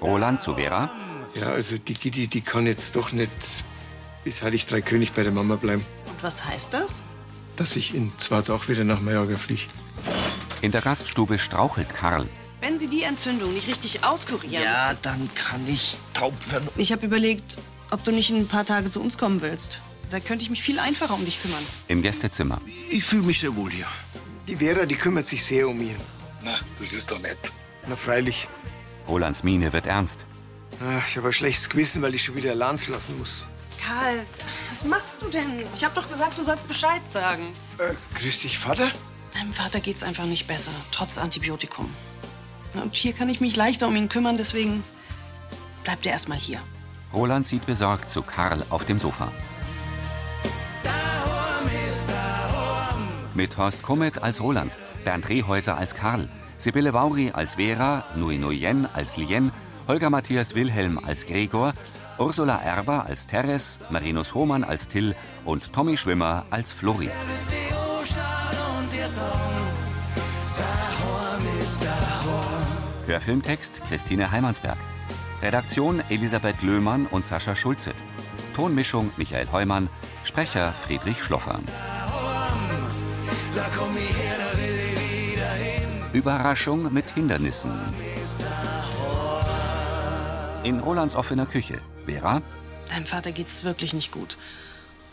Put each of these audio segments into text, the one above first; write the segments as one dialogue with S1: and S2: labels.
S1: Roland zu Vera.
S2: Ja, also die Gidi, die kann jetzt doch nicht bis Heilig Drei König bei der Mama bleiben,
S3: Und was heißt das?
S2: dass ich in zwei Tagen wieder nach Mallorca fliege.
S1: In der Gaststube strauchelt Karl.
S3: Wenn Sie die Entzündung nicht richtig auskurieren.
S4: Ja, dann kann ich taub werden.
S3: Ich habe überlegt, ob du nicht in ein paar Tage zu uns kommen willst. Da könnte ich mich viel einfacher um dich kümmern.
S1: Im Gästezimmer.
S4: Ich fühle mich sehr wohl hier.
S2: Die Vera, die kümmert sich sehr um ihn.
S5: Na, das ist doch nett.
S2: Na, freilich.
S1: Rolands Miene wird ernst.
S2: Ah, ich habe ein schlechtes Gewissen, weil ich schon wieder allein lassen muss.
S3: Karl, was machst du denn? Ich habe doch gesagt, du sollst Bescheid sagen.
S2: Äh, grüß dich, Vater.
S3: Deinem Vater geht's einfach nicht besser, trotz Antibiotikum. Und hier kann ich mich leichter um ihn kümmern, deswegen bleibt er erstmal hier.
S1: Roland sieht besorgt zu Karl auf dem Sofa. Mit Horst Kummet als Roland, Bernd Rehäuser als Karl, Sibylle Vauri als Vera, Nui Nuyen als Lien, Holger Matthias Wilhelm als Gregor, Ursula Erber als Teres, Marinus Hohmann als Till und Tommy Schwimmer als Flori. Hörfilmtext Christine Heimansberg. Redaktion Elisabeth Löhmann und Sascha Schulze. Tonmischung Michael Heumann. Sprecher Friedrich Schloffer. Überraschung mit Hindernissen. In Rolands offener Küche. Vera?
S3: Deinem Vater geht's wirklich nicht gut.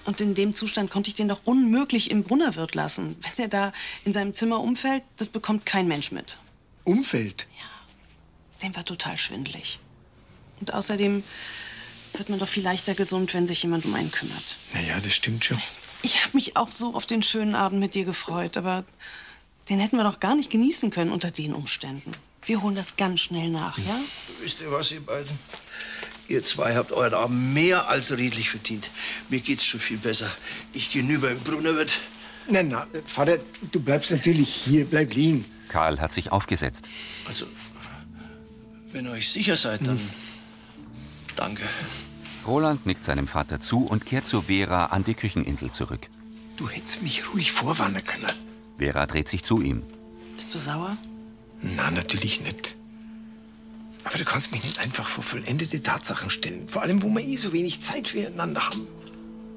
S3: Und in dem Zustand konnte ich den doch unmöglich im Brunnerwirt lassen. Wenn er da in seinem Zimmer umfällt, das bekommt kein Mensch mit.
S2: Umfeld.
S3: Dem war total schwindelig. Und außerdem wird man doch viel leichter gesund, wenn sich jemand um einen kümmert.
S2: Naja, das stimmt schon.
S3: Ich habe mich auch so auf den schönen Abend mit dir gefreut, aber den hätten wir doch gar nicht genießen können unter den Umständen. Wir holen das ganz schnell nach, ja?
S4: Wisst ihr was, ihr beiden? Ihr zwei habt euren Abend mehr als redlich verdient. Mir geht's schon viel besser. Ich gehe hinüber im Brunnerwirt.
S2: Nein, nein, Vater, du bleibst natürlich hier, bleib liegen.
S1: Karl hat sich aufgesetzt.
S4: Also, wenn ihr euch sicher seid,
S2: Hm.
S4: dann. Danke.
S1: Roland nickt seinem Vater zu und kehrt zu Vera an die Kücheninsel zurück.
S2: Du hättest mich ruhig vorwarnen können.
S1: Vera dreht sich zu ihm.
S3: Bist du sauer?
S2: Na, natürlich nicht. Aber du kannst mich nicht einfach vor vollendete Tatsachen stellen. Vor allem, wo wir eh so wenig Zeit füreinander haben.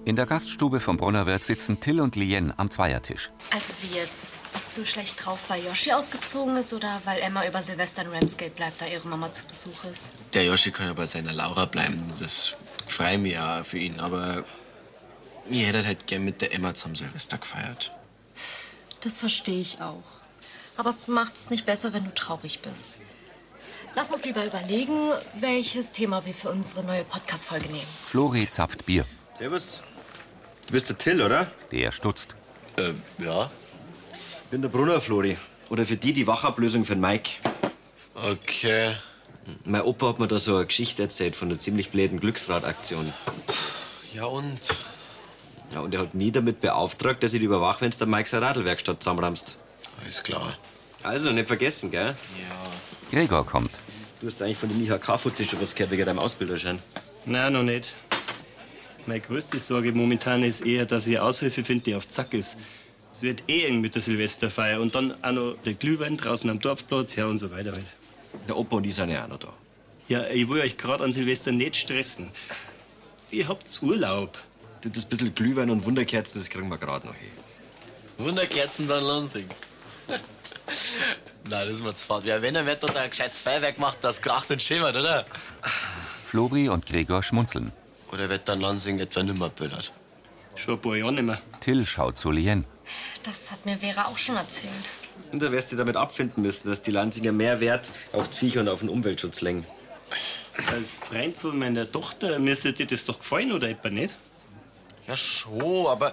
S1: In der Gaststube vom Brunnerwirt sitzen Till und Lien am Zweiertisch.
S6: Also wie jetzt? Bist du schlecht drauf, weil Yoshi ausgezogen ist oder weil Emma über Silvester in Ramsgate bleibt, da ihre Mama zu Besuch ist?
S7: Der Yoshi kann ja bei seiner Laura bleiben. Das freut mich ja für ihn. Aber ihr hättet halt gern mit der Emma zum Silvester gefeiert.
S6: Das verstehe ich auch. Aber es macht es nicht besser, wenn du traurig bist. Lass uns lieber überlegen, welches Thema wir für unsere neue Podcast-Folge nehmen.
S1: Flori zapft Bier.
S7: Servus. Du bist der Till, oder?
S1: Der stutzt.
S7: Äh, ja.
S8: Ich bin der Brunner Flori. Oder für die die Wachablösung für den Mike.
S7: Okay.
S8: Mein Opa hat mir da so eine Geschichte erzählt von einer ziemlich blöden Glücksradaktion.
S7: Ja und?
S8: Ja, und er hat mich damit beauftragt, dass ich die überwache, wenn der Mike seine Radlwerkstatt zusammenrammst.
S7: Alles klar.
S8: Also, nicht vergessen, gell?
S7: Ja.
S1: Gregor kommt.
S8: Du hast eigentlich von dem IHK-Footage schon was gehört wegen deinem Ausbilderschein.
S9: Nein, noch nicht. Meine größte Sorge momentan ist eher, dass ich Aushilfe finde, die auf Zack ist. Es wird eh eng mit der Silvesterfeier und dann auch noch der Glühwein draußen am Dorfplatz, ja und so weiter halt.
S8: Der Opa und ich sind ja auch noch da.
S9: Ja, ich will euch gerade an Silvester nicht stressen. Ihr habt Urlaub.
S8: Du, das bisschen Glühwein und Wunderkerzen, das kriegen wir gerade noch hin.
S7: Wunderkerzen dann Lansing. Nein, das ist mir zu fad. Ja, wenn er wird, da ein gescheites Feuerwerk macht, das kracht und schimmert, oder?
S1: Flori und Gregor schmunzeln.
S7: Oder wird dann Lansing etwa nimmer böllert?
S9: Schon ein paar Jahre nicht mehr.
S1: Till schaut zu Lien.
S6: Das hat mir Vera auch schon erzählt.
S8: Und da wirst du damit abfinden müssen, dass die Lanzinger mehr Wert auf die Viecher und auf den Umweltschutz lenken.
S9: Als Freund von meiner Tochter müsste dir das doch gefallen oder etwa nicht?
S7: Ja, schon, aber.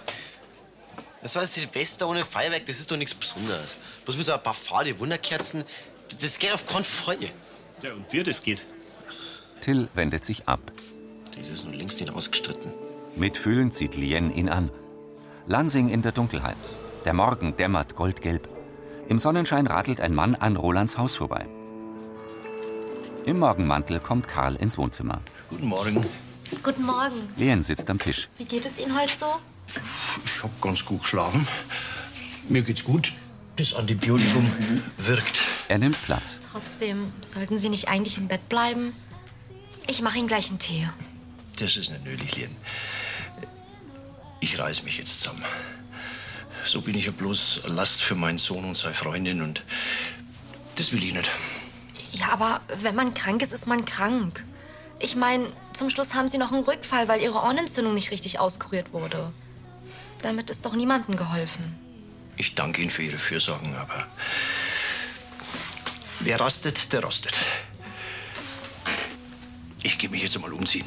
S7: Das war Silvester ohne Feuerwerk, das ist doch nichts Besonderes. Bloß mit so ein paar fade Wunderkerzen, das geht auf keinen Fall.
S9: Ja, und wie das geht.
S1: Till wendet sich ab.
S7: Das ist nur längst nicht ausgestritten.
S1: Mitfühlend sieht Lien ihn an. Lansing in der Dunkelheit. Der Morgen dämmert goldgelb. Im Sonnenschein radelt ein Mann an Rolands Haus vorbei. Im Morgenmantel kommt Karl ins Wohnzimmer.
S4: Guten Morgen.
S6: Guten Morgen.
S1: Lien sitzt am Tisch.
S6: Wie geht es Ihnen heute so?
S4: Ich hab ganz gut geschlafen. Mir geht's gut. Das Antibiotikum wirkt.
S1: Mhm. Er nimmt Platz.
S6: Trotzdem, sollten Sie nicht eigentlich im Bett bleiben? Ich mache Ihnen gleich einen Tee.
S4: Das ist nicht nötig, Lien. Ich reiß mich jetzt zusammen. So bin ich ja bloß Last für meinen Sohn und seine Freundin und das will ich nicht.
S6: Ja, aber wenn man krank ist, ist man krank. Ich meine, zum Schluss haben Sie noch einen Rückfall, weil Ihre Ohrenentzündung nicht richtig auskuriert wurde. Damit ist doch niemandem geholfen.
S4: Ich danke Ihnen für Ihre Fürsorgen, aber wer rastet, der rostet. Ich gehe mich jetzt mal umziehen.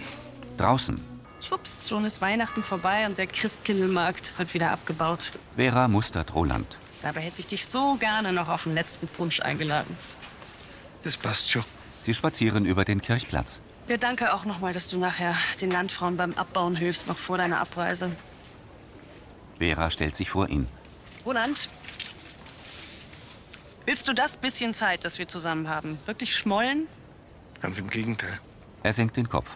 S1: Draußen.
S3: Schwupps, schon ist Weihnachten vorbei und der Christkindlmarkt wird wieder abgebaut.
S1: Vera mustert Roland.
S3: Dabei hätte ich dich so gerne noch auf den letzten Punsch eingeladen.
S1: Das passt schon. Sie spazieren über den Kirchplatz.
S3: Ja, danke auch nochmal, dass du nachher den Landfrauen beim Abbauen hilfst, noch vor deiner Abreise.
S1: Vera stellt sich vor ihn.
S3: Roland, willst du das bisschen Zeit, das wir zusammen haben, wirklich schmollen?
S2: Ganz im Gegenteil.
S1: Er senkt den Kopf.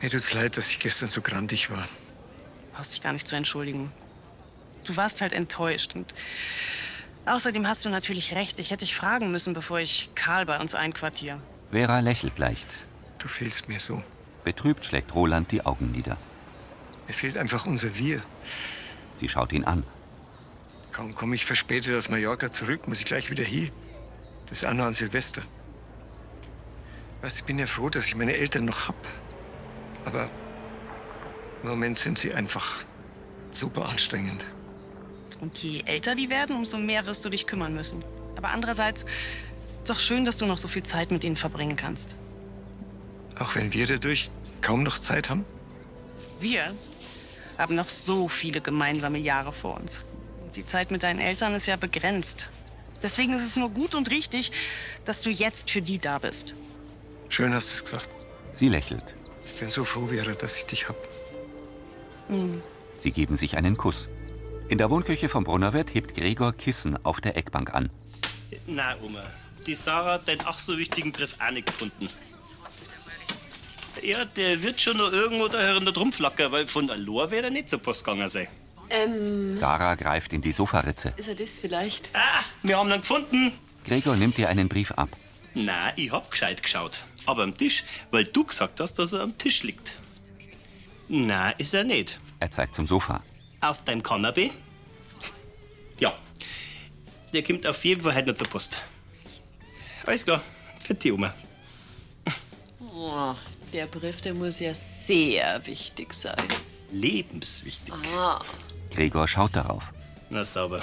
S2: Mir tut's leid, dass ich gestern so grandig war.
S3: Brauchst dich gar nicht zu entschuldigen. Du warst halt enttäuscht. Und außerdem hast du natürlich recht. Ich hätte dich fragen müssen, bevor ich Karl bei uns einquartiere.
S1: Vera lächelt leicht.
S2: Du fehlst mir so.
S1: Betrübt schlägt Roland die Augen nieder.
S2: Mir fehlt einfach unser Wir.
S1: Sie schaut ihn an.
S2: Kaum komme ich verspätet aus Mallorca zurück, muss ich gleich wieder hier. Das ist auch noch an Silvester. Weißt, ich bin ja froh, dass ich meine Eltern noch hab. Aber im Moment sind sie einfach super anstrengend.
S3: Und je älter die werden, umso mehr wirst du dich kümmern müssen. Aber andererseits ist doch schön, dass du noch so viel Zeit mit ihnen verbringen kannst.
S2: Auch wenn wir dadurch kaum noch Zeit haben.
S3: Wir haben noch so viele gemeinsame Jahre vor uns. Und Die Zeit mit deinen Eltern ist ja begrenzt. Deswegen ist es nur gut und richtig, dass du jetzt für die da bist.
S2: Schön hast du es gesagt.
S1: Sie lächelt.
S2: Ich bin so froh, Vera, dass ich dich hab.
S1: Sie geben sich einen Kuss. In der Wohnküche vom Brunnerwirt hebt Gregor Kissen auf der Eckbank an.
S9: Na, Oma, die Sarah hat den ach so wichtigen Brief auch nicht gefunden. Ja, der wird schon noch irgendwo da herin rumflackern, weil von Alor wäre er nicht zur Post gegangen sein.
S10: Ähm,
S1: Sarah greift in die Sofaritze.
S10: ist er das vielleicht?
S9: Ah, wir haben ihn gefunden.
S1: Gregor nimmt ihr einen Brief ab.
S9: Na, ich hab gescheit geschaut. Aber am Tisch, weil du gesagt hast, dass er am Tisch liegt. Na, ist er nicht.
S1: Er zeigt zum Sofa.
S9: Auf deinem Kanapee? Ja. Der kommt auf jeden Fall heute noch zur Post. Alles klar. Für die Oma.
S10: Oh, der Brief, der muss ja sehr wichtig sein.
S9: Lebenswichtig.
S10: Ah,
S1: Gregor schaut darauf.
S9: Na, sauber.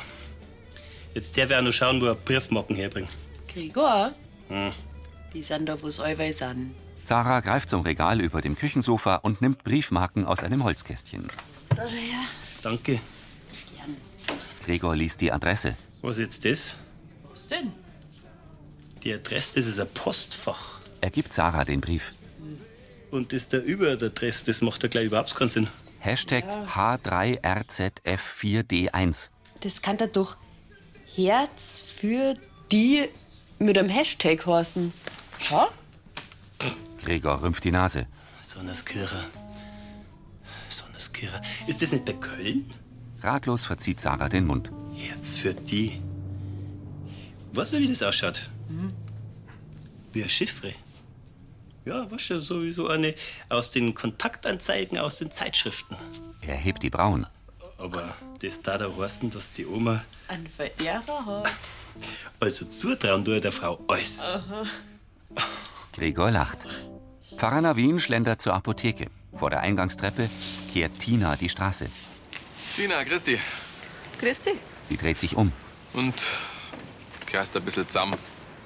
S9: Jetzt darf ich auch noch schauen, wo er Briefmarken herbringt.
S10: Gregor,
S9: Hm.
S10: die sind da wo's allweil an.
S1: Sarah greift zum Regal über dem Küchensofa und nimmt Briefmarken aus einem Holzkästchen.
S10: Da schau her.
S9: Danke.
S1: Gregor liest die Adresse.
S9: Was ist jetzt das?
S10: Was denn?
S9: Die Adresse, das ist ein Postfach.
S1: Er gibt Sarah den Brief.
S9: Und das da über der Adresse, das macht ja gleich überhaupt keinen Sinn.
S1: Hashtag H3RZF4D1.
S10: Das kann da doch Herz für die mit einem Hashtag heißen. Schau.
S1: Gregor rümpft die Nase.
S9: Sonneskirche. Sonneskirche. Ist das nicht bei Köln?
S1: Ratlos verzieht Sarah den Mund.
S9: Herz für die. Weißt du, wie das ausschaut?
S10: Mhm.
S9: Wie ein Chiffre. Ja, weißt du, sowieso eine aus den Kontaktanzeigen, aus den Zeitschriften.
S1: Er hebt die Brauen.
S9: Aber das da da heißen, dass die Oma
S10: Ein Verehrer hat.
S9: also zutrauen tut der Frau alles.
S1: Gregor lacht. Pfarrer Navin schlendert zur Apotheke. Vor der Eingangstreppe kehrt Tina die Straße.
S11: Tina, Christi.
S10: Christi.
S1: Sie dreht sich um.
S11: Und kehrst ein bisschen zusammen.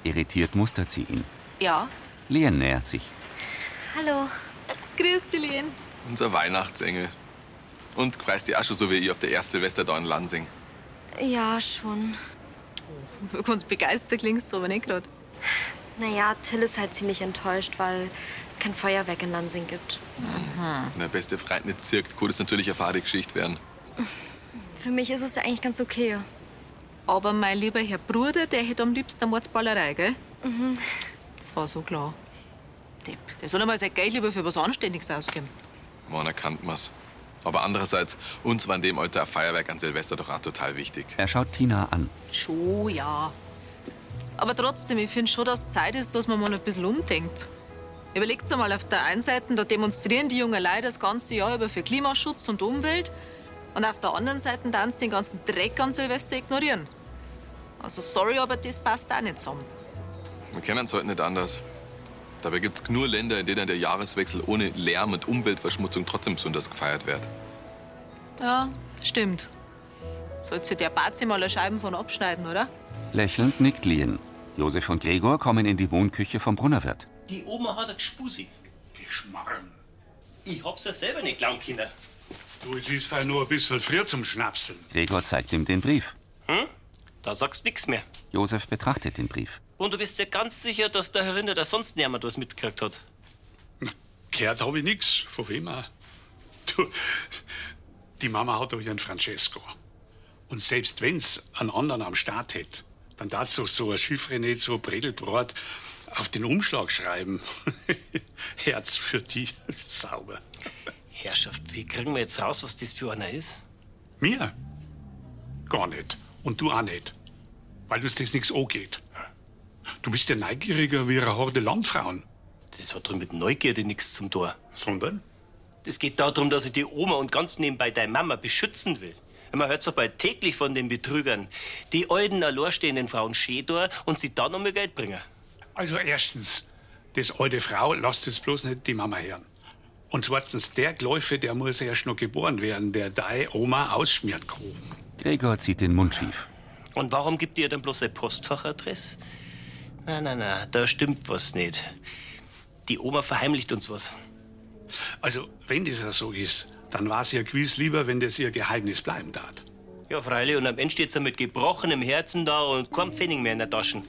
S1: Irritiert mustert sie ihn.
S10: Ja.
S1: Lien nähert sich.
S6: Hallo.
S10: Grüß dich, Lien.
S11: Unser Weihnachtsengel. Und freust dich auch schon so wie ich auf der ersten Silvester da in Lansing.
S6: Ja, schon.
S10: Ganz begeistert klingst du aber nicht gerade.
S6: Naja, Till ist halt ziemlich enttäuscht, weil es kein Feuerwerk in Lansing gibt.
S10: Hm.
S11: Wenn Hm. der beste Freund nicht zirkt, kann das natürlich eine fade Geschichte werden.
S6: Für mich ist es ja eigentlich ganz okay.
S12: Aber mein lieber Herr Bruder, der hätte am liebsten eine Mordsballerei, gell?
S6: Mhm.
S12: Das war so klar. Depp, der soll einmal sein Geld lieber für was Anständiges ausgeben.
S11: Wann erkannt man's? Aber andererseits, uns war in dem Alter ein Feuerwerk an Silvester doch auch total wichtig.
S1: Er schaut Tina an.
S12: Schon, ja. Aber trotzdem, ich finde schon, dass es Zeit ist, dass man mal ein bisschen umdenkt. Überlegt einmal, auf der einen Seite, da demonstrieren die jungen Leute das ganze Jahr über für Klimaschutz und Umwelt. Und auf der anderen Seite dann den ganzen Dreck an Silvester ignorieren. Also sorry, aber das passt auch nicht zusammen.
S11: Wir kennen es heute nicht anders. Dabei gibt es nur Länder, in denen der Jahreswechsel ohne Lärm und Umweltverschmutzung trotzdem besonders gefeiert wird.
S12: Ja, stimmt. Sollte sich der Bazi mal eine Scheibe von abschneiden, oder?
S1: Lächelnd nickt Lien. Josef und Gregor kommen in die Wohnküche vom Brunnerwirt.
S9: Die Oma hat ein Gespusi.
S13: Geschmarrn.
S9: Ich hab's ja selber nicht glauben können.
S13: Du, es ist fein nur ein bisschen früher zum Schnapseln.
S1: Gregor zeigt ihm den Brief.
S9: Hm? Da sagst nix mehr.
S1: Josef betrachtet den Brief.
S9: Und du bist ja ganz sicher, dass der Herr Rinder da sonst niemand was mitgekriegt hat.
S13: Gehört habe ich nichts, von wem auch. Du, die Mama hat doch ihren Francesco. Und selbst wenn's einen anderen am Start hätte, dann darfst du so ein Chiffre nicht, so ein Bredelbrot auf den Umschlag schreiben. Herz für die, sauber.
S9: Herrschaft, wie kriegen wir jetzt raus, was das für einer ist?
S13: Mir? Gar nicht. Und du auch nicht. Weil uns das nichts angeht. Du bist ja neugieriger wie eine Horde Landfrauen.
S9: Das hat doch mit Neugierde nichts zum Tor.
S13: Sondern?
S9: Es geht darum, dass ich die Oma und ganz nebenbei deine Mama beschützen will. Man hört doch bald täglich von den Betrügern. Die alten, alleinstehenden Frauen Schädor und sie dann noch mehr Geld bringen.
S13: Also erstens, das alte Frau lasst es bloß nicht die Mama hören. Und zweitens, der Gläufe, der muss erst noch geboren werden, der deine Oma ausschmieren kann.
S1: Gregor zieht den Mund schief.
S9: Und warum gibt ihr dann bloß eine Postfachadresse? Na, na, na, da stimmt was nicht. Die Oma verheimlicht uns was.
S13: Also, wenn das ja so ist, dann war es ihr gewiss lieber, wenn das ihr Geheimnis bleiben tat.
S9: Ja, freilich, und am Ende steht sie mit gebrochenem Herzen da und kein Pfennig mehr in der Tasche.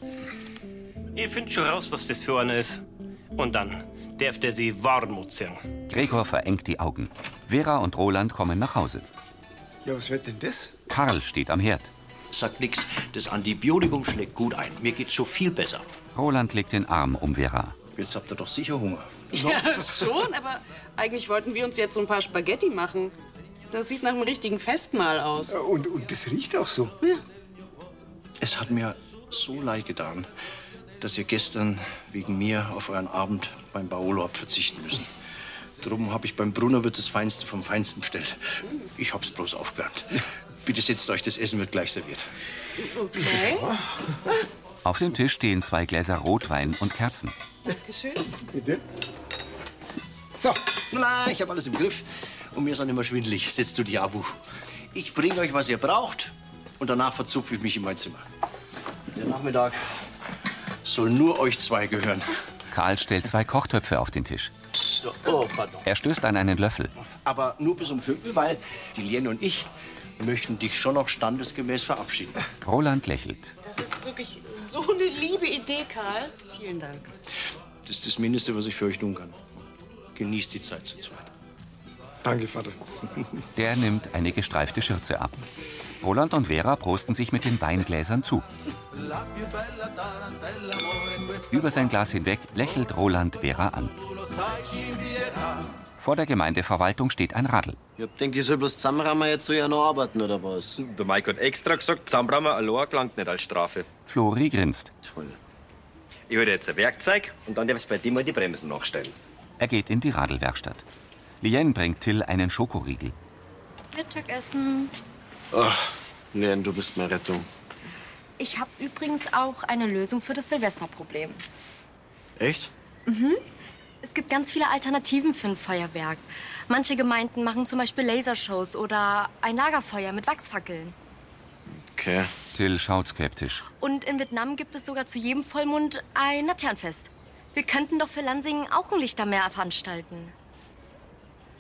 S9: Ihr findet schon raus, was das für einer ist. Und dann darf der sie Warmut singen.
S1: Gregor verengt die Augen. Vera und Roland kommen nach Hause.
S2: Ja, was wird denn das?
S1: Karl steht am Herd.
S14: Sagt nix, das Antibiotikum schlägt gut ein. Mir geht's so viel besser.
S1: Roland legt den Arm um Vera.
S14: Jetzt habt ihr doch sicher Hunger.
S3: Ja, schon, aber eigentlich wollten wir uns jetzt so ein paar Spaghetti machen. Das sieht nach einem richtigen Festmahl aus.
S2: Äh,
S14: Oh.
S2: Und, und das riecht auch so.
S14: Es hat mir so leid getan, dass ihr gestern wegen mir auf euren Abend beim Baolo habt verzichten müssen. Drum habe ich beim Brunnerwirt das Feinste vom Feinsten bestellt. Ich hab's bloß aufgewärmt. Bitte setzt euch, das Essen wird gleich serviert.
S3: Okay.
S1: Auf dem Tisch stehen zwei Gläser Rotwein und Kerzen.
S14: Dankeschön. Bitte. So, na, ich habe alles im Griff und mir ist auch nicht mehr schwindelig. Setzt du die Abu. Ich bringe euch, was ihr braucht und danach verzupfe ich mich in mein Zimmer. Der Nachmittag soll nur euch zwei gehören.
S1: Karl stellt zwei Kochtöpfe auf den Tisch.
S14: So, oh, pardon.
S1: Er stößt an einen Löffel.
S14: Aber nur bis um fünf, weil die Lien und ich möchten dich schon noch standesgemäß verabschieden.
S1: Roland lächelt.
S3: Das ist wirklich so eine liebe Idee, Karl. Vielen Dank.
S14: Das ist das Mindeste, was ich für euch tun kann. Genießt die Zeit zu zweit.
S2: Danke, Vater.
S1: Der nimmt eine gestreifte Schürze ab. Roland und Vera prosten sich mit den Weingläsern zu. Über sein Glas hinweg lächelt Roland Vera an. Vor der Gemeindeverwaltung steht ein Radl.
S7: Ich hab denkt, ich soll bloß zusammenräumen, jetzt soll ich ja noch arbeiten, oder was?
S15: Der Mike hat extra gesagt, Zusammenrammer allein gelangt nicht als Strafe.
S1: Flori grinst.
S15: Ich hol dir jetzt ein Werkzeug und dann darfst du bei dir mal die Bremsen nachstellen.
S1: Er geht in die Radlwerkstatt. Lien bringt Till einen Schokoriegel.
S16: Mittagessen.
S7: Ach, Leon, du bist meine Rettung.
S16: Ich habe übrigens auch eine Lösung für das Silvesterproblem.
S7: Echt?
S16: Mhm. Es gibt ganz viele Alternativen für ein Feuerwerk. Manche Gemeinden machen zum Beispiel Lasershows oder ein Lagerfeuer mit Wachsfackeln.
S7: Okay.
S1: Till schaut skeptisch.
S16: Und in Vietnam gibt es sogar zu jedem Vollmond ein Laternenfest. Wir könnten doch für Lansing auch ein Lichtermeer veranstalten.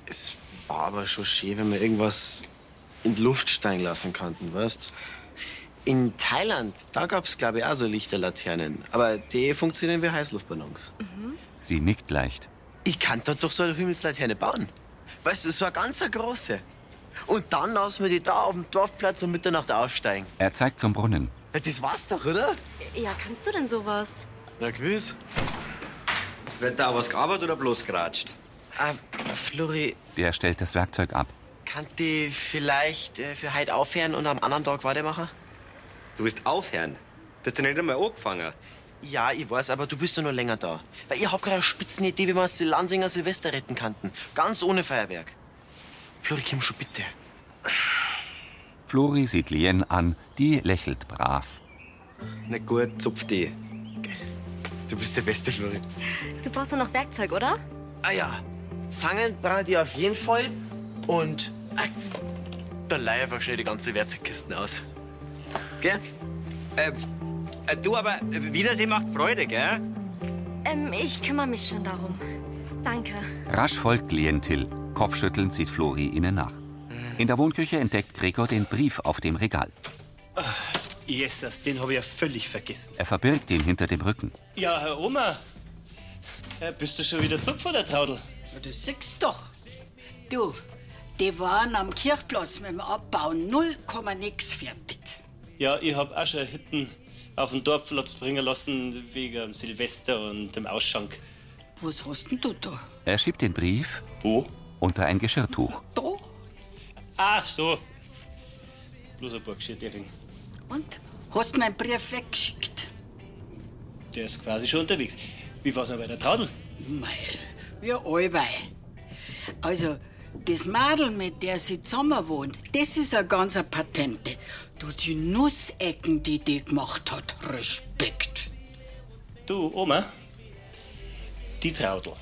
S7: Es war aber schon schön, wenn wir irgendwas in die Luft steigen lassen konnten, weißt In Thailand, da gab's glaube ich, auch so Lichterlaternen. Aber die funktionieren wie Heißluftballons.
S1: Sie nickt leicht.
S7: Ich kann dort doch so eine Himmelslaterne bauen. Weißt du, so eine ganz eine große. Und dann lassen wir die da auf dem Dorfplatz um Mitternacht aufsteigen.
S1: Er zeigt zum Brunnen.
S7: Ja, das war's doch, oder?
S16: Ja, kannst du denn sowas?
S7: Na gewiss.
S15: Wird da auch was gearbeitet oder bloß geratscht?
S7: Ah, Flori,
S1: Der stellt das Werkzeug ab.
S7: kann die vielleicht äh, für heute aufhören und am anderen Tag weitermachen?
S15: Du bist aufhören. Das hast du nicht einmal angefangen.
S7: Ja, ich weiß, aber du bist ja noch länger da. Weil ich hab gerade eine spitzen Idee, wie wir das Lansinger Silvester retten könnten. Ganz ohne Feuerwerk. Flori, komm schon bitte.
S1: Flori sieht Lien an, die lächelt brav.
S15: Na gut, zupf die.
S7: Du bist der beste Flori.
S16: Du brauchst doch noch Werkzeug, oder?
S7: Ah ja, Zangen braucht ihr auf jeden Fall. Und ah, dann leih einfach schnell die ganze Werkzeugkisten aus.
S15: Gell? Äh, äh, du, aber äh, Wiedersehen macht Freude, gell?
S16: Ähm, ich kümmere mich schon darum. Danke.
S1: Rasch folgt Lien Till. Kopfschüttelnd sieht Flori ihnen nach. In der Wohnküche entdeckt Gregor den Brief auf dem Regal.
S9: Jesus, den habe ich ja völlig vergessen.
S1: Er verbirgt ihn hinter dem Rücken.
S9: Ja, Herr Oma, äh, bist du schon wieder zupfer, der Traudel?
S17: Ja, Du siehst doch. Du, die waren am Kirchplatz mit dem Abbau null Komma nix fertig.
S9: Ja, ich hab auch schon Hütten auf den Dorfplatz bringen lassen wegen dem Silvester und dem Ausschank.
S17: Was hast denn du da?
S1: Er schiebt den Brief unter ein Geschirrtuch.
S9: Ach Ah, so. Bloß ein paar Geschirrdecken.
S17: Hast meinen Brief weggeschickt?
S9: Der ist quasi schon unterwegs. Wie war's denn bei der Traudel?
S17: Mei, wie allbei. Also, das Madel, mit der sie zusammen wohnt, das ist ein ganzer Patente. Du, die Nussecken, die die gemacht hat, Respekt.
S9: Du, Oma, die Traudel.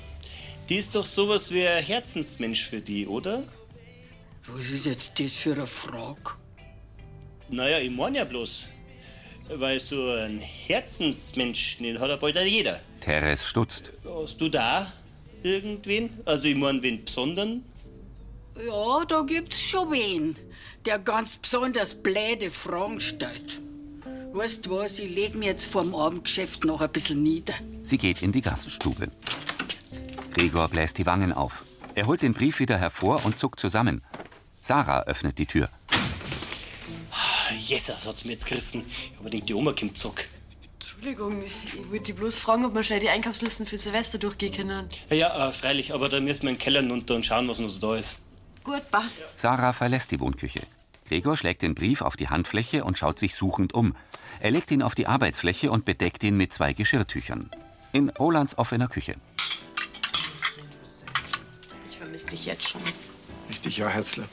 S9: Die ist doch sowas wie ein Herzensmensch für die, oder?
S17: Was ist jetzt das für eine Frage?
S9: Naja, ich meine ja bloß. Weil so ein Herzensmensch, den hat ja bald auch jeder.
S1: Teres stutzt.
S9: Hast du da irgendwen? Also ich meine, wen besonderen?
S17: Ja, da gibt's schon wen, der ganz besonders blöde Fragen stellt. Weißt du was, ich leg mir jetzt vorm Abendgeschäft noch ein bisschen nieder.
S1: Sie geht in die Gaststube. Gregor bläst die Wangen auf. Er holt den Brief wieder hervor und zuckt zusammen. Sarah öffnet die Tür.
S9: Ah, Jesus, hat's mir jetzt gerissen. Aber denkt, die Oma kommt zurück.
S10: Entschuldigung, ich würde die bloß fragen, ob man schnell die Einkaufslisten für Silvester durchgehen können.
S9: Ja, äh, freilich, aber dann müssen wir in den Keller runter und schauen, was noch so da ist.
S10: Gut, passt.
S1: Sarah verlässt die Wohnküche. Gregor schlägt den Brief auf die Handfläche und schaut sich suchend um. Er legt ihn auf die Arbeitsfläche und bedeckt ihn mit zwei Geschirrtüchern. In Rolands offener Küche.
S3: Ich vermisse dich jetzt schon.
S2: Richtig, ja, Herzler.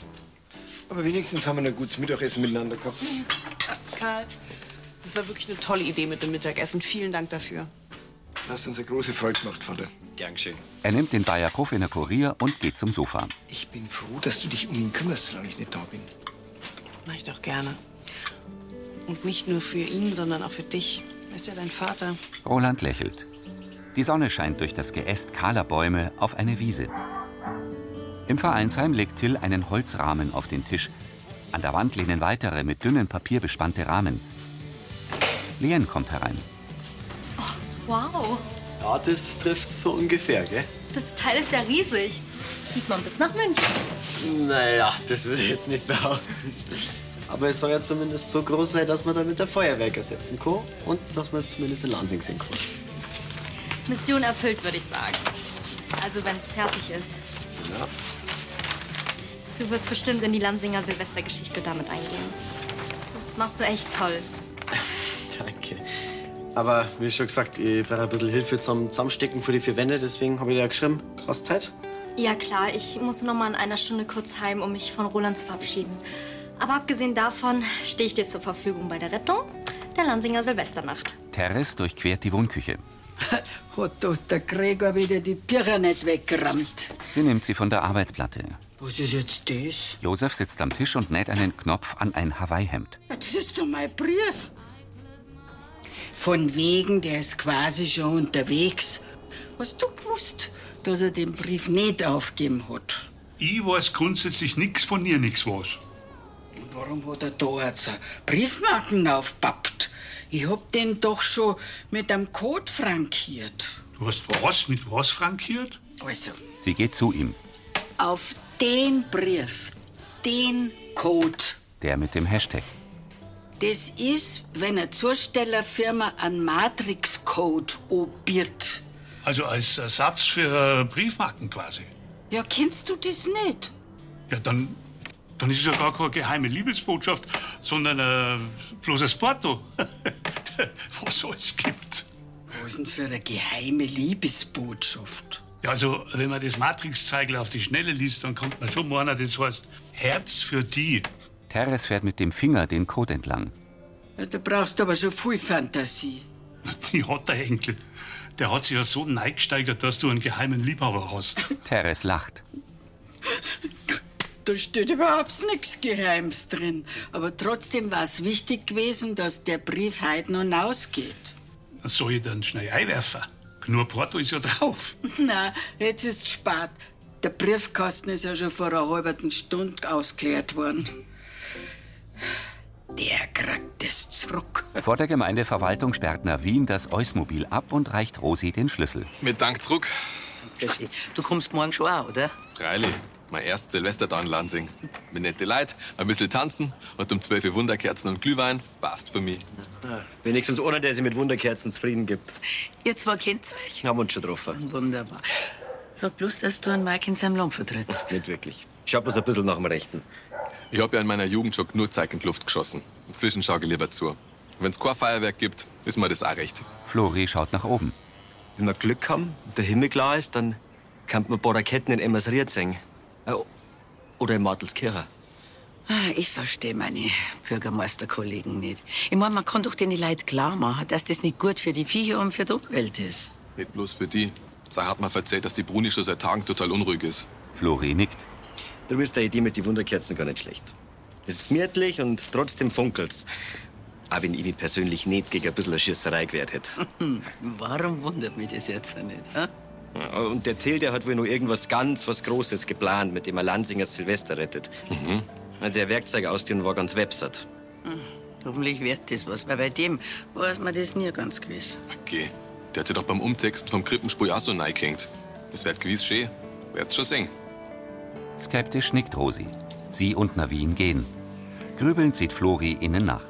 S2: Aber wenigstens haben wir ein gutes Mittagessen miteinander gehabt.
S3: Karl, das war wirklich eine tolle Idee mit dem Mittagessen. Vielen Dank dafür.
S2: Du hast uns eine große Freude gemacht, Vater.
S15: Gern geschehen.
S1: Er nimmt den Bayer Profiler Kurier und geht zum Sofa.
S2: Ich bin froh, dass du dich um ihn kümmerst, solange ich nicht da bin.
S3: Mach ich doch gerne. Und nicht nur für ihn, sondern auch für dich. Er ist ja dein Vater.
S1: Roland lächelt. Die Sonne scheint durch das Geäst kahler Bäume auf eine Wiese. Im Vereinsheim legt Till einen Holzrahmen auf den Tisch. An der Wand lehnen weitere mit dünnem Papier bespannte Rahmen. Lien kommt herein.
S6: Wow,
S7: Ja, das trifft so ungefähr, gell?
S6: das Teil ist ja riesig. Sieht man bis nach München.
S7: Naja, das würde ich jetzt nicht behaupten. Aber es soll ja zumindest so groß sein, dass man damit der Feuerwerk ersetzen kann und dass man es zumindest in Lansing sehen kann.
S6: Mission erfüllt, würde ich sagen. Also, wenn es fertig ist.
S7: Ja.
S6: Du wirst bestimmt in die Lansinger Silvestergeschichte damit eingehen. Das machst du echt toll.
S7: Danke. Aber wie schon gesagt, ich brauche ein bisschen Hilfe zum Zusammenstecken für die vier Wände, deswegen habe ich da geschrieben. Hast Zeit?
S6: Ja, klar, ich muss noch mal in einer Stunde kurz heim, um mich von Roland zu verabschieden. Aber abgesehen davon stehe ich dir zur Verfügung bei der Rettung der Lansinger Silvesternacht.
S1: Teres durchquert die Wohnküche.
S17: Hat doch der Gregor wieder die Birre nicht weggerammt.
S1: Sie nimmt sie von der Arbeitsplatte.
S17: Was ist jetzt das?
S1: Josef sitzt am Tisch und näht einen Knopf an ein Hawaii-Hemd.
S17: Ja, das ist doch mein Brief. Von wegen, der ist quasi schon unterwegs. Hast du gewusst, dass er den Brief nicht aufgegeben hat?
S13: Ich weiß grundsätzlich nichts von ihr, nichts was.
S17: Und warum hat er da jetzt Briefmarken aufpappt? Ich hab den doch schon mit einem Code frankiert.
S13: Du hast was? Mit was frankiert?
S17: Also,
S1: Sie geht zu ihm,
S17: auf den Brief, den Code.
S1: der mit dem Hashtag.
S17: Das ist, wenn eine Zustellerfirma einen Matrix-Code obiert.
S13: Also als Ersatz für äh, Briefmarken quasi.
S17: Ja, kennst du das nicht?
S13: Ja, dann, dann ist es ja gar keine geheime Liebesbotschaft, sondern äh, bloßes Porto. was alles gibt.
S17: Was ist denn für eine geheime Liebesbotschaft?
S13: Ja, also, wenn man das Matrix-Zeichen auf die Schnelle liest, dann kommt man schon meiner, das heißt Herz für die.
S1: Teres fährt mit dem Finger den Kot entlang.
S17: Ja, da brauchst du aber schon viel Fantasie.
S13: Die hat der Enkel. Der hat sich ja so neigesteigert, dass du einen geheimen Liebhaber hast.
S1: Teres lacht.
S17: Da steht überhaupt nichts Geheimes drin. Aber trotzdem war es wichtig gewesen, dass der Brief heute noch hinausgeht.
S13: Soll ich dann schnell einwerfen? Nur Porto ist ja drauf.
S17: Na, jetzt ist spät. Der Briefkasten ist ja schon vor einer halben Stunde ausgeleert worden. Der kriegt es zurück.
S1: Vor der Gemeindeverwaltung sperrt Navin das Eusmobil ab und reicht Rosi den Schlüssel.
S11: Mit Dank zurück.
S18: eh. Du kommst morgen schon auch, oder?
S11: Freilich, mein erstes Silvester da in Lansing. Mit nette Leid, ein bisschen tanzen und um 12 Uhr Wunderkerzen und Glühwein. Passt für mich.
S8: Ah, wenigstens einer, der sich mit Wunderkerzen zufrieden gibt.
S18: Ihr zwei kennt euch.
S8: Haben uns schon getroffen.
S18: Wunderbar. Sag bloß, dass du einen Mike in seinem Lamm vertrittst.
S8: Nicht wirklich. Schaut uns ein bisschen nach dem Rechten.
S11: Ich hab ja in meiner Jugend schon nur Zeig in die Luft geschossen. Inzwischen schau ich lieber zu. Wenn's kein Feuerwerk gibt, ist mir das auch recht.
S1: Flori schaut nach oben.
S8: Wenn wir Glück haben und der Himmel klar ist, dann kann man ein paar Raketen in Emmersried sehen. Äh, Oder in Martelskirche.
S18: Ah, Ich verstehe meine Bürgermeisterkollegen nicht. Ich meine, man kann doch den Leuten klar machen, dass das nicht gut für die Viecher und für die Umwelt ist.
S11: Nicht bloß für die. Da hat man verzählt, dass die Bruni schon seit Tagen total unruhig ist.
S1: Flori nickt.
S8: Darum ist der Idee mit den Wunderkerzen gar nicht schlecht. Es ist gemütlich und trotzdem funkelt's. Auch wenn ich mich persönlich nicht gegen ein bisschen eine Schießerei gewehrt hätte.
S18: Hm, warum wundert mich das jetzt nicht? Hä?
S8: Ja, Und der Till, der hat wohl nur irgendwas ganz was Großes geplant, mit dem er Lansinger Silvester rettet. Mhm. Als er Werkzeug ausgehen war, ganz websert.
S18: Hm, Hoffentlich wird das was, weil bei dem weiß man das nie ganz gewiss.
S11: Okay. Der hat sich doch beim Umtexten vom Krippenspur auch so reingehängt. Das wird gewiss schön. Werd's schon sehen.
S1: Skeptisch nickt Rosi. Sie und Navin gehen. Grübelnd sieht Flori innen nach.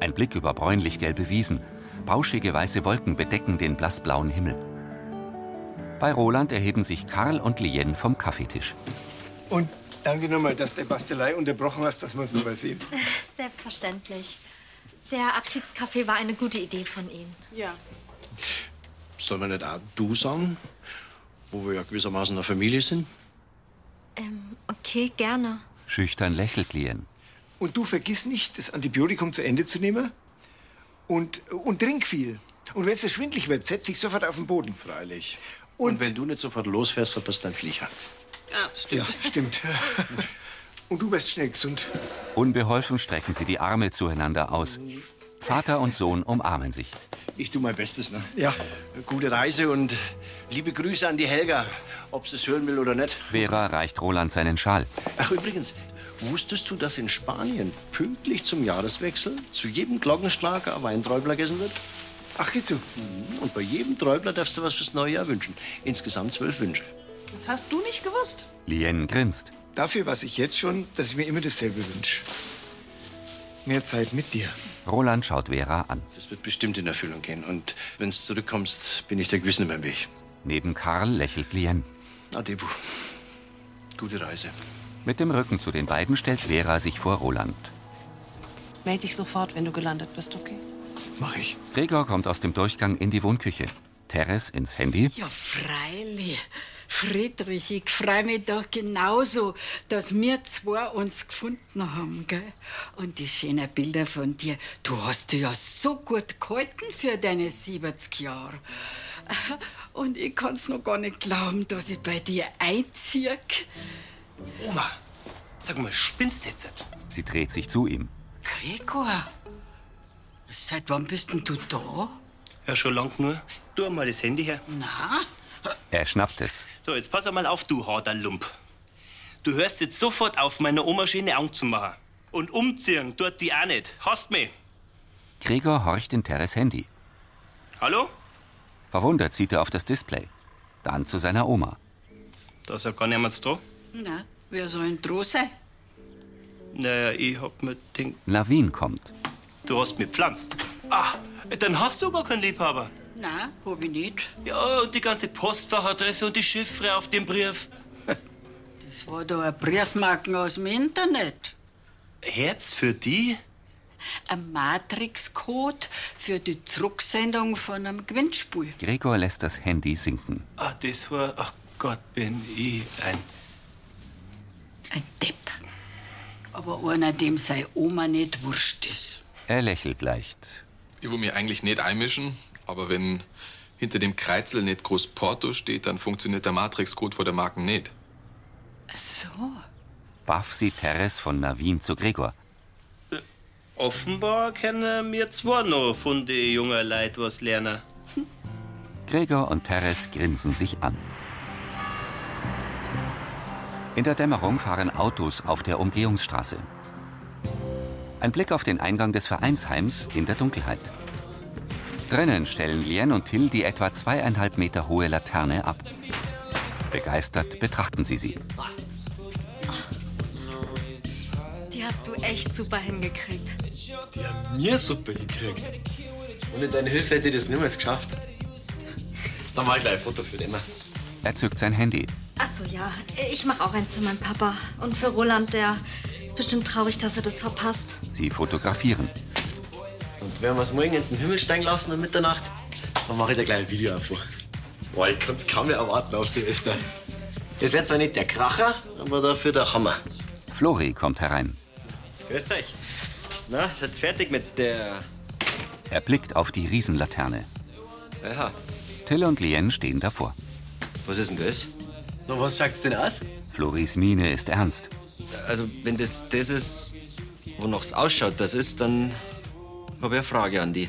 S1: Ein Blick über bräunlich-gelbe Wiesen. Bauschige weiße Wolken bedecken den blassblauen Himmel. Bei Roland erheben sich Karl und Lien vom Kaffeetisch.
S19: Und danke nochmal, dass der Bastelei unterbrochen hast, dass wir uns mal sehen.
S6: Selbstverständlich. Der Abschiedskaffee war eine gute Idee von Ihnen.
S17: Ja.
S14: Soll man nicht auch du sagen? Wo wir ja gewissermaßen eine Familie sind.
S6: Ähm, okay, gerne.
S1: Schüchtern lächelt Lien.
S19: Und du vergiss nicht, das Antibiotikum zu Ende zu nehmen. Und, und trink viel. Und wenn es schwindlig wird, setz dich sofort auf den Boden.
S14: Freilich. Und, wenn du nicht sofort losfährst, dann bist du ein Fliecher.
S18: Ah,
S19: Ja, stimmt. Und du wirst schnell gesund.
S1: Unbeholfen strecken sie die Arme zueinander aus. Vater und Sohn umarmen sich.
S14: Ich tue mein Bestes, ne?
S19: Ja.
S14: Gute Reise und liebe Grüße an die Helga, ob sie es hören will oder nicht.
S1: Vera reicht Roland seinen Schal.
S14: Ach, übrigens, wusstest du, dass in Spanien pünktlich zum Jahreswechsel zu jedem Glockenschlag ein Weinträubler gegessen wird? Mhm,
S19: Ach, geht so.
S14: Und bei jedem Träubler darfst du was fürs neue Jahr wünschen. Insgesamt zwölf Wünsche.
S3: Das hast du nicht gewusst.
S1: Lien grinst.
S19: Dafür weiß ich jetzt schon, dass ich mir immer dasselbe wünsche. Mehr Zeit mit dir.
S1: Roland schaut Vera an.
S14: Das wird bestimmt in Erfüllung gehen. Und wenn du zurückkommst, bin ich dir gewiss in meinem Weg.
S1: Neben Karl lächelt Lien.
S14: Adebu. Gute Reise.
S1: Mit dem Rücken zu den beiden stellt Vera sich vor Roland.
S3: Meld dich sofort, wenn du gelandet bist, okay?
S1: Mach ich. Gregor kommt aus dem Durchgang in die Wohnküche. Teres ins Handy.
S17: Ja, freilich. Friedrich, ich freue mich doch genauso, dass wir zwei uns gefunden haben, gell? Und die schönen Bilder von dir. Du hast dich ja so gut gehalten für deine 70 Jahre. Und ich kann's noch gar nicht glauben, dass ich bei dir einziehe.
S14: Oma, sag mal, spinnst jetzt?
S1: Sie dreht sich zu ihm.
S17: Gregor, seit wann bist denn du da?
S9: Ja, schon lang nur. Tu mal das Handy her.
S17: Na?
S1: Er schnappt es.
S9: So, jetzt pass mal auf, du harter Lump. Du hörst jetzt sofort auf, meiner Oma schöne Augen zu machen. Und umziehen tut die auch nicht. Hast mich.
S1: Gregor horcht in Teres Handy.
S9: Hallo?
S1: Verwundert sieht er auf das Display. Dann zu seiner Oma.
S9: Da ist ja gar niemand da.
S17: Na, wer soll denn da sein?
S9: Naja, ich hab mir den.
S1: Navin kommt.
S9: Du hast mich pflanzt. Ah, dann hast du gar keinen Liebhaber.
S17: Na, hab ich nicht.
S9: Ja, und die ganze Postfachadresse und die Chiffre auf dem Brief.
S17: Das war da ein Briefmarken aus dem Internet.
S9: Herz für die?
S17: ein Matrixcode für die Zurücksendung von einem Gewinnspiel.
S1: Gregor lässt das Handy sinken.
S9: Ah, das war, ach Gott, bin ich ein.
S17: Aber einer, dem sei Oma nicht wurscht ist.
S1: Er lächelt leicht.
S11: Ich will mir eigentlich nicht einmischen, aber wenn hinter dem Kreizel nicht groß Porto steht, dann funktioniert der Matrix-Code vor der Marke nicht.
S17: So.
S1: Baff sieht Teres von Navin zu Gregor.
S9: Offenbar können wir zwar noch von den jungen Leuten was lernen.
S1: Gregor und Teres grinsen sich an. In der Dämmerung fahren Autos auf der Umgehungsstraße. Ein Blick auf den Eingang des Vereinsheims in der Dunkelheit. Drinnen stellen Lien und Till die etwa zweieinhalb Meter hohe Laterne ab. Begeistert betrachten sie sie.
S6: Die hast du echt super hingekriegt.
S7: Die haben mir Suppe gekriegt. Ohne deine Hilfe hätte ich das niemals geschafft. Dann mach ich gleich ein Foto für den immer.
S1: Er zückt sein Handy.
S6: Achso, ja. Ich mache auch eins für meinen Papa. Und für Roland, der ist bestimmt traurig, dass er das verpasst.
S1: Sie fotografieren.
S7: Und wenn wir es morgen in den Himmel steigen lassen um Mitternacht, dann mache ich dir gleich ein Video davon. Boah, ich kann's kaum mehr erwarten auf Silvester. Das wäre zwar nicht der Kracher, aber dafür der Hammer.
S1: Flori kommt herein.
S8: Grüß euch. Na, seid fertig mit der.
S1: Er blickt auf die Riesenlaterne.
S8: Ja,
S1: Till und Lien stehen davor.
S8: was ist denn das?
S7: Na, was sagt's denn aus?
S1: Floris Miene ist ernst.
S8: Also, wenn das das ist, wonach es ausschaut, das ist, dann habe ich eine Frage an die.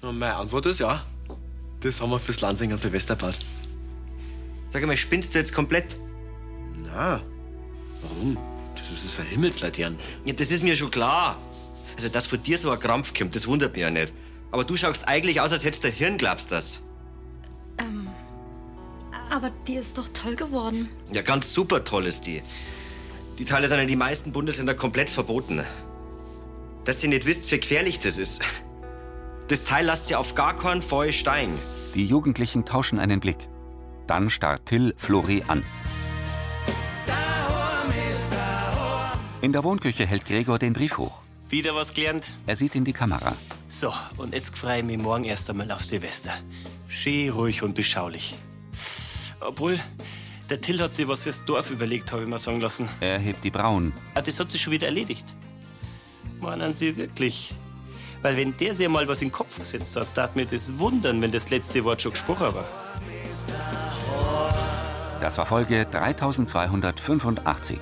S7: Und meine Antwort ist ja. Das haben wir fürs Lansinger Silvesterbad.
S8: Sag mal, spinnst du jetzt komplett?
S7: Na, warum? Das ist ein Himmelslaterne.
S8: Ja, das ist mir schon klar. Also, dass von dir so ein Krampf kommt, das wundert mich ja nicht. Aber du schaust eigentlich aus, als hättest du Hirn, glaubst das.
S6: Ähm, aber die ist doch toll geworden.
S8: Ja, ganz super toll ist die. Die Teile sind in den meisten Bundesländern komplett verboten. Dass ihr nicht wisst, wie gefährlich das ist. Das Teil lasst ihr auf gar keinen Fall steigen.
S1: Die Jugendlichen tauschen einen Blick. Dann starrt Till Flori an. In der Wohnküche hält Gregor den Brief hoch.
S9: Wieder was gelernt?
S1: Er sieht in die Kamera.
S9: So, und jetzt freue ich mich morgen erst einmal auf Silvester. Schön, ruhig und beschaulich. Obwohl, der Till hat sich was fürs Dorf überlegt, habe ich mir sagen lassen.
S1: Er hebt die Brauen.
S9: Ah, das hat sich schon wieder erledigt. Meinen Sie wirklich? Weil wenn der sich mal was in den Kopf gesetzt hat, darf mir das wundern, wenn das letzte Wort schon gesprochen war.
S1: Das war Folge 3285.